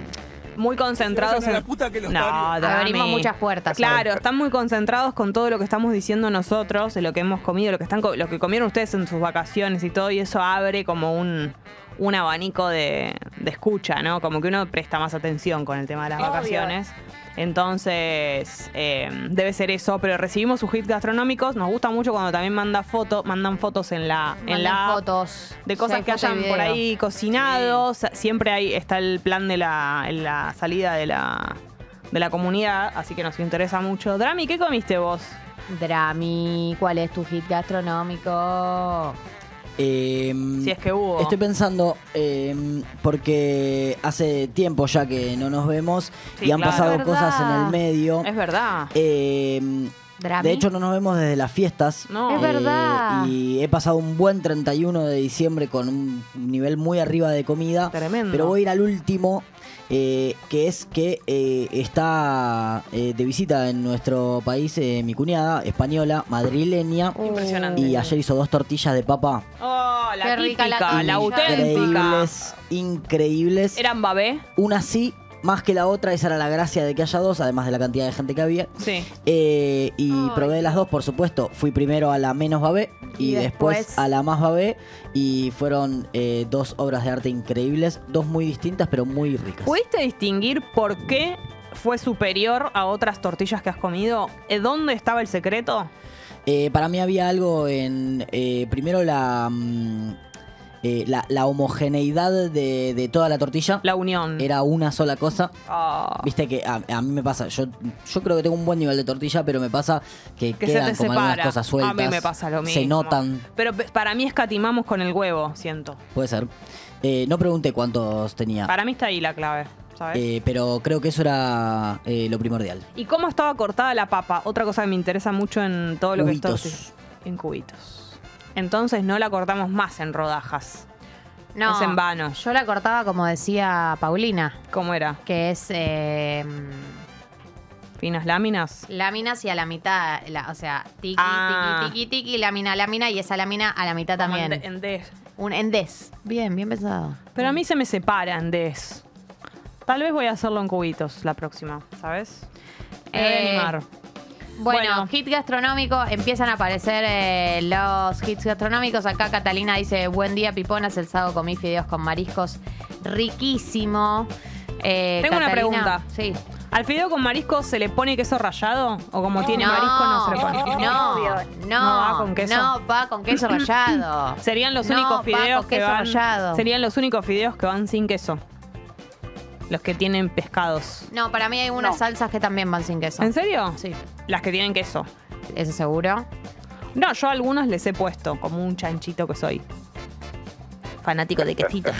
muy concentrados en... no, dame. Abrimos muchas puertas hoy. Claro, están muy concentrados con todo lo que estamos diciendo nosotros, de lo que hemos comido, lo que están co- lo que comieron ustedes en sus vacaciones y todo, y eso abre como un, un abanico de, de escucha, ¿no? Como que uno presta más atención con el tema de las vacaciones. Entonces, eh, debe ser eso, pero recibimos sus hits gastronómicos. Nos gusta mucho cuando también manda foto, mandan fotos en la, en Mandan la app fotos. de cosas Sí, que foto y hayan por video. ahí cocinado. Sa- Siempre hay, está el plan de la, en la salida de la, de la comunidad, así que nos interesa mucho. Drami, ¿qué comiste vos? Drami, ¿cuál es tu hit gastronómico? Si es que hubo. Em, Estoy pensando, eh, porque hace tiempo ya que no nos vemos Sí, y han claro. pasado Es cosas en verdad. el medio. es verdad. Eh, Drami. de hecho, no nos vemos desde las fiestas. Eh, No. Es verdad. Y he pasado un buen 31 de diciembre con un nivel muy arriba de comida. Tremendo. Pero voy a ir al último, eh, que es que eh, está eh, de visita en nuestro país eh, mi cuñada, española, madrileña. Uh. Impresionante. Y ayer hizo dos tortillas de papa. Oh, la Qué rica típica, la la, tortilla. auténtica. Increíbles, increíbles. ¿Eran babé? Una sí, más que la otra, esa era la gracia de que haya dos, además de la cantidad de gente que había. Sí. Eh, y Ay. probé las dos, por supuesto. Fui primero a la menos babé y, Y después, después- a la más babé. Y fueron eh, dos obras de arte increíbles, dos muy distintas, pero muy ricas. ¿Pudiste distinguir por qué fue superior a otras tortillas que has comido? ¿Eh, ¿Dónde estaba el secreto? Eh, para mí había algo en. eh, primero la. mm, eh, la, la homogeneidad de, de toda la tortilla La unión. era una sola cosa. Oh. Viste que a, a mí me pasa, yo, yo creo que tengo un buen nivel de tortilla, pero me pasa que, Que se quedan te como separa. algunas cosas sueltas. A mí me pasa lo mismo. Se notan, Pero pe- para mí escatimamos con el huevo, siento. puede ser. Eh, no pregunté cuántos tenía, Para mí está ahí la clave, ¿sabes? Ah. eh, pero creo que eso era eh, lo primordial. ¿Y cómo estaba cortada la papa? Otra cosa que me interesa mucho en todo lo que Cubitos. es torti- En cubitos. Entonces no la cortamos más en rodajas. No, Es en vano. Yo la cortaba como decía Paulina, ¿Cómo era? que es eh, ¿Finas láminas? láminas y a la mitad, la- o sea, tiqui, Ah. tiqui, tiqui, tiqui, lámina, lámina y esa lámina a la mitad Como en también. de- en des. Un endés. Bien, bien pensado. Pero a mí se me separa en des. Tal vez voy a hacerlo en cubitos la próxima, ¿sabes? Me voy a Eh, animar. Bueno, Bueno. hit gastronómico, empiezan a aparecer eh, los hits gastronómicos. Acá Catalina dice, buen día Piponas, el sábado comí fideos con mariscos, riquísimo. Eh, Tengo una Catalina- pregunta. Sí. ¿Al fideo con marisco se le pone queso rallado? ¿O como tiene No, marisco no se le pone? No, no, No va con queso. No, va con queso rallado. Serían los No, únicos va fideos con que queso van. rallado. Serían los únicos fideos que van sin queso. Los que tienen pescados. No, para mí hay unas No. salsas que también van sin queso. ¿En serio? Sí, Las que tienen queso. eso seguro. No, yo a algunos les he puesto, como un chanchito que soy. Fanático de quesito.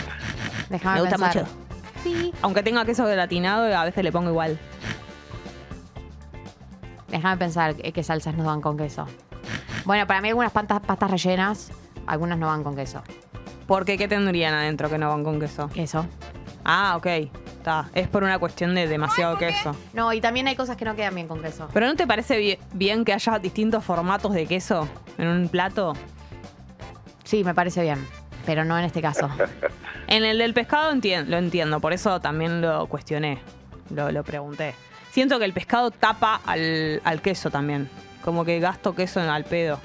Déjame Me gusta pensar. mucho. Ah, Aunque tenga queso gelatinado, a veces le pongo igual. Déjame pensar qué qué salsas nos van con queso. Bueno, para mí algunas pantas- pastas rellenas, algunas no van con queso. ¿Por qué? ¿Qué tendrían adentro que no van con queso? Queso. Ah, ok. Está. Es por una cuestión de demasiado queso. No, y también hay cosas que no quedan bien con queso. ¿Pero no te parece bi- bien que haya distintos formatos de queso en un plato? Sí, me parece bien, pero no en este caso. En el del pescado entien- lo entiendo, por eso también lo cuestioné, lo, lo pregunté. Siento que el pescado tapa al, al queso también, como que gasto queso en- al pedo.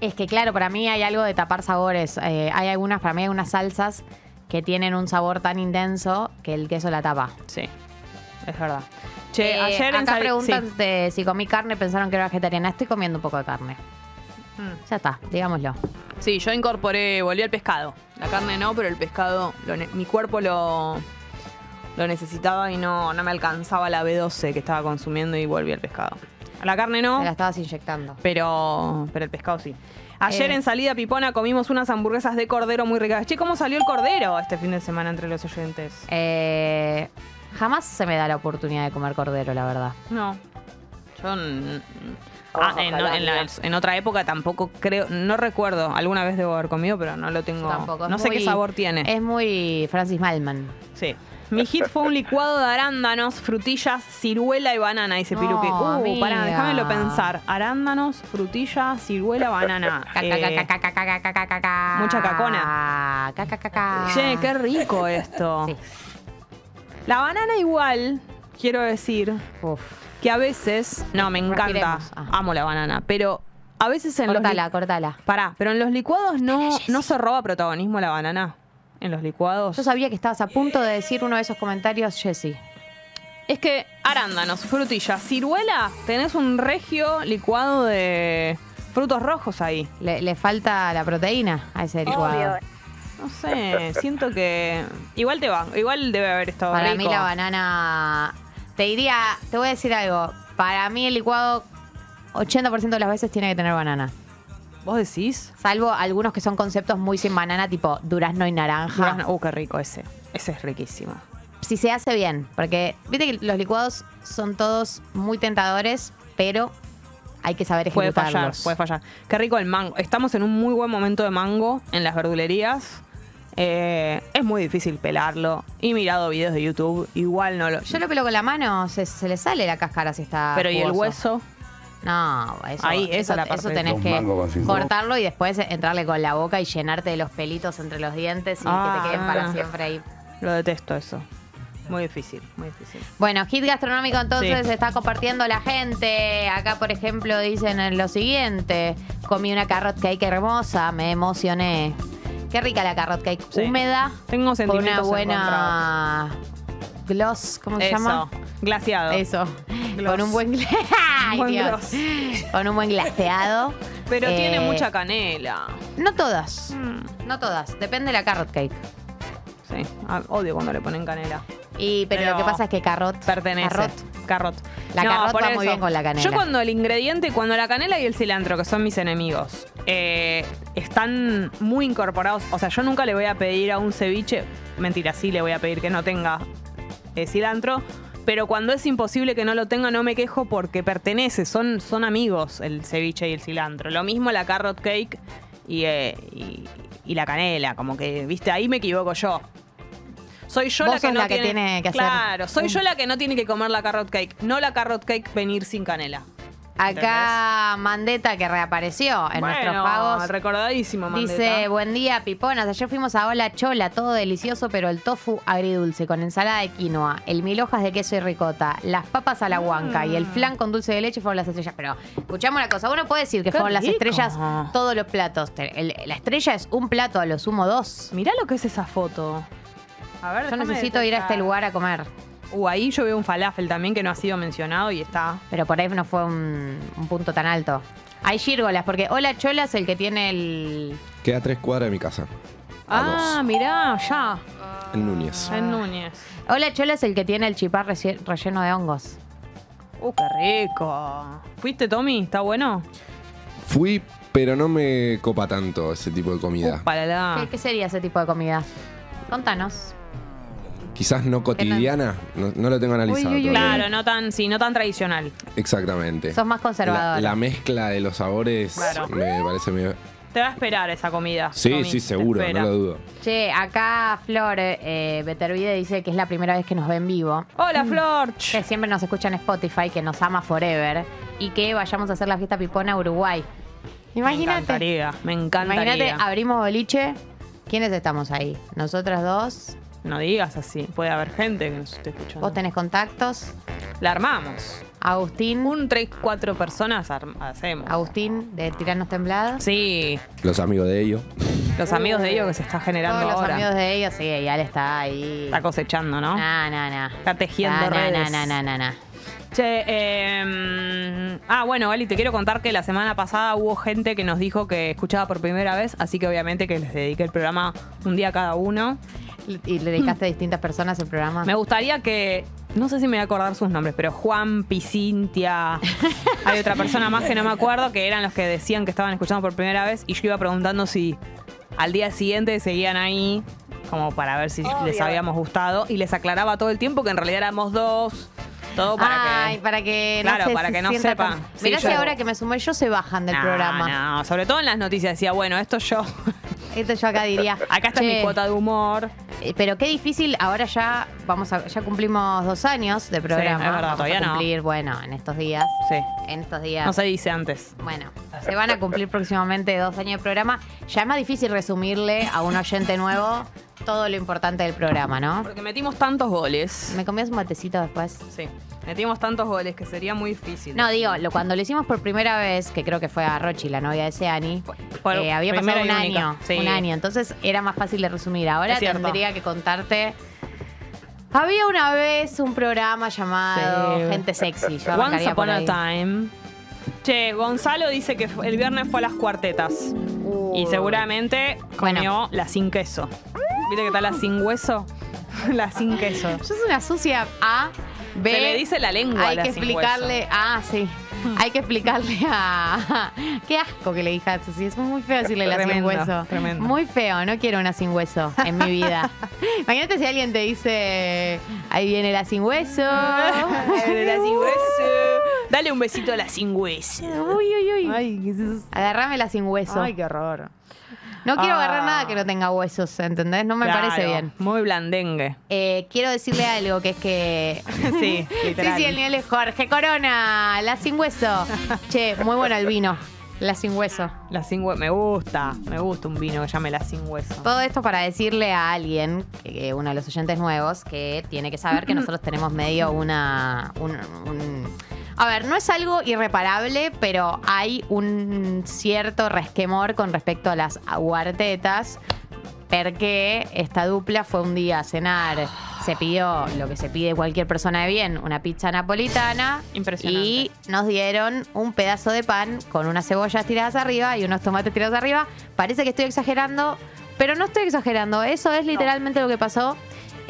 Es que claro, para mí hay algo de tapar sabores. Eh, hay algunas, para mí hay unas salsas que tienen un sabor tan intenso que el queso la tapa. Sí, es verdad. Che, Eh, ayer en acá Sabi- preguntan sí. de si comí carne, pensaron que era vegetariana. Estoy comiendo un poco de carne. Hmm. Ya está, digámoslo. Sí, yo incorporé, volví al pescado. La carne no, pero el pescado, lo ne- mi cuerpo lo, lo necesitaba y no, no me alcanzaba la B12 que estaba consumiendo y volví al pescado. A la carne no. Te la estabas inyectando. pero, pero el pescado sí. Ayer Eh. en salida pipona comimos unas hamburguesas de cordero muy ricas. Che, ¿cómo salió el cordero este fin de semana entre los oyentes? Eh, jamás se me da la oportunidad de comer cordero, la verdad. No. Yo. n- Vamos Ah, a en, jalar, en la- mira. en otra época tampoco creo. No recuerdo. Alguna vez debo haber comido, pero no lo tengo. Yo tampoco. es no sé qué muy- sabor tiene. Es muy Francis Malman. Sí. Mi hit fue un licuado de arándanos, frutillas, ciruela y banana, dice No, Piruque. Uh, Oh, amiga. pará, déjamelo pensar. Arándanos, frutillas, ciruela, banana. Eh, mucha Mucha cacona. Che, qué rico esto. Ah. Sí. La banana igual, quiero decir, Uf. que a veces, no, me encanta, Respiremos. Ah. amo la banana, pero a veces en los Cortala, licu- cortala. pará, pero en los licuados no no se roba protagonismo la banana. En los licuados. Yo sabía que estabas a punto de decir uno de esos comentarios, Jessy. Es que arándanos, frutillas, ciruela, tenés un regio licuado de frutos rojos ahí. Le, le falta la proteína a ese licuado. Obvio. No sé, siento que igual te va, igual debe haber estado Para rico. mí la banana... Te diría, te voy a decir algo. Para mí el licuado 80% de las veces tiene que tener banana. ¿Vos decís? Salvo algunos que son conceptos muy sin banana, tipo durazno y naranja. Durazno- Uh, qué rico ese. Ese es riquísimo. Si se hace bien, porque viste que los licuados son todos muy tentadores, pero hay que saber Puede fallar, ejecutarlos. puede fallar. Qué rico el mango. Estamos en un muy buen momento de mango en las verdulerías. Eh, es muy difícil pelarlo. He mirado videos de YouTube, igual no lo. Ah, Yo lo pelo con la mano, se, se le sale la cáscara si está pero y el jugoso. hueso. No, eso, Ahí, esa eso, es la parte. eso tenés Dos que mangos con cinco. cortarlo y después entrarle con la boca y llenarte de los pelitos entre los dientes y Ah. que te queden para siempre ahí. Lo detesto eso. Muy difícil, muy difícil. Bueno, hit gastronómico entonces Sí. está compartiendo la gente. Acá, por ejemplo, dicen lo siguiente. Comí una carrot cake hermosa, me emocioné. Qué rica la carrot cake Sí. húmeda. Tengo Con una sentimientos buena gloss, ¿cómo se Eso. llama? Glaciado. Eso. Gloss. Con un buen, gla- Ay, Buen Dios. gloss. Con un buen glaseado. Pero Eh, tiene mucha canela. No todas. Mm, No todas. Depende de la carrot cake. sí, Ah, odio cuando le ponen canela. Y, pero, Pero lo que pasa es que carrot. Pertenece. Carrot. Carrot. La carrot por va muy bien con la canela. Yo cuando el ingrediente, cuando la canela y el cilantro, que son mis enemigos, eh, están muy incorporados. O sea, yo nunca le voy a pedir a un ceviche, mentira, sí le voy a pedir que no tenga eh, cilantro. Pero cuando es imposible que no lo tenga, no me quejo porque pertenece, son, son amigos el ceviche y el cilantro. Lo mismo la carrot cake y, eh, y- y la canela, como que, viste, ahí me equivoco yo. Soy yo Vos la que sos no la que tiene que hacer Claro, soy un- yo la que no tiene que comer la carrot cake, no la carrot cake venir sin canela. Acá Mandeta que reapareció en nuestros Bueno, pagos. recordadísimo, Mandeta. Dice, buen día, piponas. Ayer fuimos a Hola Chola, todo delicioso, pero el tofu agridulce con ensalada de quinoa, el mil hojas de queso y ricota, las papas a la huanca y el Mm. flan con dulce de leche fueron las estrellas. Pero escuchamos una cosa, uno puede decir que Qué fueron las rico. estrellas todos los platos. Te- el- la estrella es un plato, a lo sumo dos. Mirá lo que es esa foto. A ver, Yo déjame necesito ir a este detectar. lugar a comer, Uh, ahí yo veo un falafel también que no ha sido mencionado y está. pero por ahí no fue un, un punto tan alto. Hay gírgolas, porque Hola Chola es el que tiene el... Queda a tres cuadras de mi casa. Ah, A mirá, ya. Ah. dos. En Núñez. En Núñez. Hola Chola es el que tiene el chipá reci- relleno de hongos. Uh, qué rico. ¿Fuiste, Tommy? ¿Está bueno? Fui, pero no me copa tanto ese tipo de comida. Uh, para la. ¿Qué, qué sería ese tipo de comida? Contanos. Quizás no cotidiana. No, no lo tengo analizado. Uy, uy, uy. todavía. Claro, no tan, sí, no tan tradicional. Exactamente. Sos más conservadora. La, la mezcla de los sabores Claro. me parece medio... Te va a esperar esa comida. Sí, Tommy, sí, te seguro, espera. no lo dudo. Che, acá Flor eh, Betervide dice que es la primera vez que nos ve en vivo. Hola, Flor. Ch. Que siempre nos escucha en Spotify, que nos ama forever. Y que vayamos a hacer la fiesta pipona a Uruguay. Me Imagínate. encantaría, me encantaría. Imagínate, abrimos boliche. ¿Quiénes estamos ahí? Nosotras dos. No digas así, puede haber gente que nos esté escuchando. Vos tenés contactos. La armamos. Agustín. Un, tres, cuatro personas arm- hacemos. Agustín de Tiranos Temblados. Sí, Los amigos de ellos. los amigos de ellos que se está generando Todos los ahora. amigos de Ah. ellos. Sí, ya le está ahí. Está cosechando, ¿no? Nah, nah, nah. Está tejiendo Nah, nah, redes. nah, nah, nah, nah. Che, eh, ah, bueno, Gali, te quiero contar que la semana pasada hubo gente que nos dijo que escuchaba por primera vez, así que obviamente que les dediqué el programa un día a cada uno. Y le dedicaste a distintas personas el programa. Me gustaría que. No sé si me voy a acordar sus nombres, pero Juan, Picintia. Hay otra persona más que no me acuerdo, que eran los que decían que estaban escuchando por primera vez. Y yo iba preguntando si al día siguiente seguían ahí, como para ver si les habíamos gustado. Y les aclaraba todo el tiempo que en realidad éramos dos. Todo para Ay, que. para que Claro, se para que no sienta sepa. tan- Sí, Mirá si yo- ahora que me sumé yo se bajan del No, programa. No, sobre todo en las noticias decía, bueno, esto yo. Esto yo acá diría. Acá está "Che, mi cuota de humor. eh, Pero qué difícil, ahora ya vamos a, ya cumplimos dos años de es programa. verdad, vamos todavía a no. cumplir, bueno, en estos días. Sí. En estos días. No se dice antes. Bueno, se van a cumplir próximamente dos años de programa. Ya es más difícil resumirle a un oyente nuevo todo lo importante del programa, ¿no? Porque metimos tantos goles. ¿Me comías un matecito después? Sí. Metimos tantos goles que sería muy difícil. No, digo, lo, cuando lo hicimos por primera vez, que creo que fue a Rochi, la novia de Seani, Por eh, había primera pasado un y única, año. sí. Un año. Entonces era más fácil de resumir. Ahora Es cierto. tendría que contarte. Había una vez un programa llamado Sí. Gente Sexy. Yo Once arrancaría por Upon a ahí. Time. Che, Gonzalo dice que fu- el viernes fue a las cuartetas. Y seguramente comió Bueno. la sin queso. ¿Viste que tal la sin hueso? la sin queso. Yo soy una sucia A, B. Se le dice la lengua a Hay la que sin explicarle. Ah, sí. Hay que explicarle a. Qué asco que le dije a Susi. Es muy feo decirle la sin Tremendo, hueso. tremendo. Muy feo. No quiero una sin hueso en mi vida. Imagínate si alguien te dice. Ahí viene la sin hueso. la sin hueso. Dale un besito a la sin hueso. Uy, uy, uy. Ay, qué Agarrámela sin hueso. qué horror. No quiero Ah. agarrar nada que no tenga huesos, ¿entendés? No me parece bien. Muy blandengue. Eh, quiero decirle algo que es que. Sí, literal. Sí, sí, el nivel es Jorge Corona, la sin hueso. che, muy bueno el vino, la sin hueso. La sin hue- Me gusta. Me gusta un vino que llame la sin hueso. Todo esto para decirle a alguien, que uno de los oyentes nuevos, que tiene que saber que nosotros tenemos medio una. un- un- a ver, no es algo irreparable, pero hay un cierto resquemor con respecto a las guartetas, porque esta dupla fue un día a cenar se pidió lo que se pide cualquier persona de bien, una pizza napolitana. Impresionante. Y nos dieron un pedazo de pan con unas cebollas tiradas arriba y unos tomates tirados arriba. Parece que estoy exagerando, pero no estoy exagerando. Eso es literalmente lo que pasó.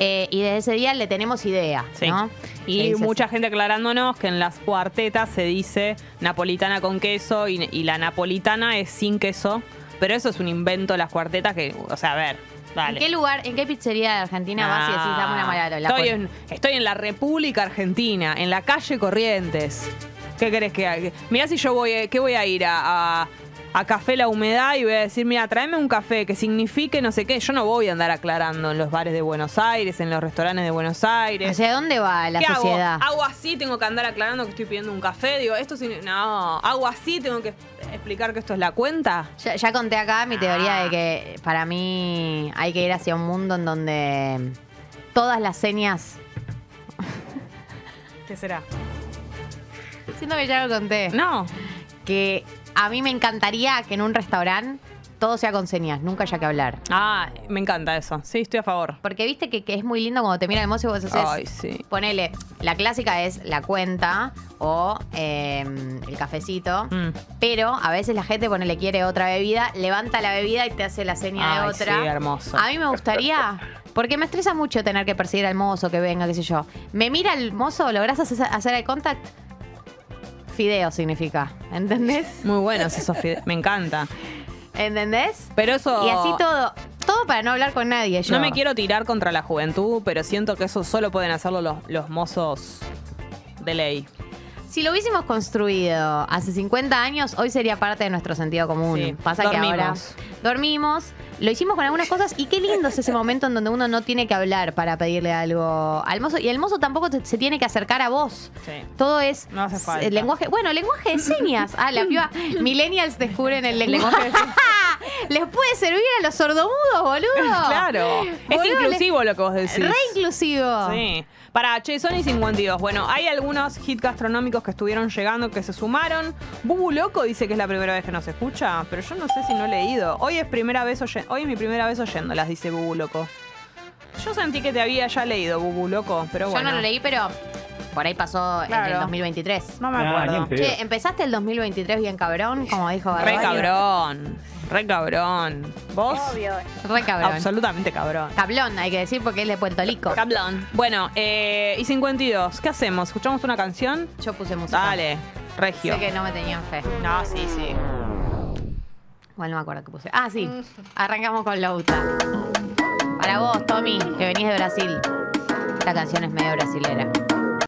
Eh, y desde ese día le tenemos idea, Sí. ¿no? Se Y dice mucha así. gente aclarándonos que en las cuartetas se dice napolitana con queso y, y la napolitana es sin queso. Pero eso es un invento de las cuartetas que, o sea, a ver, ¿En dale. qué lugar, en qué pizzería de Argentina vas y decís, dame una malarola? Ah. estoy, Pues, en, estoy en la República Argentina, en la calle Corrientes. ¿Qué querés que haga? Mirá si yo voy, eh, ¿qué voy a ir a, a- a Café La Humedad y voy a decir, mira, tráeme un café que signifique no sé qué. Yo no voy a andar aclarando en los bares de Buenos Aires, en los restaurantes de Buenos Aires. ¿Hacia dónde va la ¿Qué sociedad? hago? Hago así, tengo que andar aclarando que estoy pidiendo un café. Digo, esto sin... No, hago así, tengo que explicar que esto es la cuenta. Ya, ya conté acá mi teoría Ah. de que para mí hay que ir hacia un mundo en donde todas las señas. ¿Qué será? Siento que ya lo conté. No. Que a mí me encantaría que en un restaurante todo sea con señas, nunca haya que hablar. Ah, me encanta eso. Sí, estoy a favor. Porque viste que, que es muy lindo cuando te mira el mozo y vos haces. Ay, sí. Ponele, la clásica es la cuenta o eh, el cafecito. Mm. Pero a veces la gente, ponele, quiere otra bebida, levanta la bebida y te hace la seña Ay, de otra. Ah. sí, hermoso. A mí me gustaría, porque me estresa mucho tener que perseguir al mozo, que venga, qué sé yo. Me mira el mozo, lográs hacer- hacer el contact. Fideo significa, ¿entendés? Muy buenos esos fideos. Me encanta. ¿Entendés? Pero eso. Y así todo. Todo para no hablar con nadie. Yo. Oh. No me quiero tirar contra la juventud, pero siento que eso solo pueden hacerlo los, los mozos de ley. Si lo hubiésemos construido hace 50 años, hoy sería parte de nuestro sentido común. Sí, Pasa que ahora dormimos. dormimos, lo hicimos con algunas cosas y qué lindo es ese momento en donde uno no tiene que hablar para pedirle algo al mozo y el mozo tampoco te- se tiene que acercar a vos. Sí. Todo es No hace s- falta. el lenguaje, bueno, lenguaje de señas. Ah, la piba millennials descubren el lenguaje. Les puede servir a los sordomudos, boludo. Claro. Boludo, Es le- inclusivo lo que vos decís. Re inclusivo. Sí. Para Che, Sony 52. Bueno, hay algunos hits gastronómicos que estuvieron llegando que se sumaron. Bubu Loco dice que es la primera vez que nos escucha, pero yo no sé si no he leído. Hoy es primera vez oye- hoy es mi primera vez oyéndolas, dice Bubu Loco. Yo sentí que te había ya leído, Bubu Loco, pero Yo bueno. no lo leí, pero por ahí pasó en Claro. el 2023. No me Ah, acuerdo. ni en pedo. Che, empezaste el 2023 bien cabrón, como dijo Re Barbario. cabrón. Re cabrón. ¿Vos? Re cabrón. Absolutamente cabrón. Cablón, hay que decir, porque es de Puerto Rico. Cablón. Bueno, eh, y 52. ¿Qué hacemos? ¿Escuchamos una canción? Yo puse música. Dale, Regio. Sé que no me tenían fe. No, sí, sí. Igual no me acuerdo qué puse. Ah, sí. Arrancamos con Louta. Para vos, Tommy, que venís de Brasil. Esta canción es medio brasilera.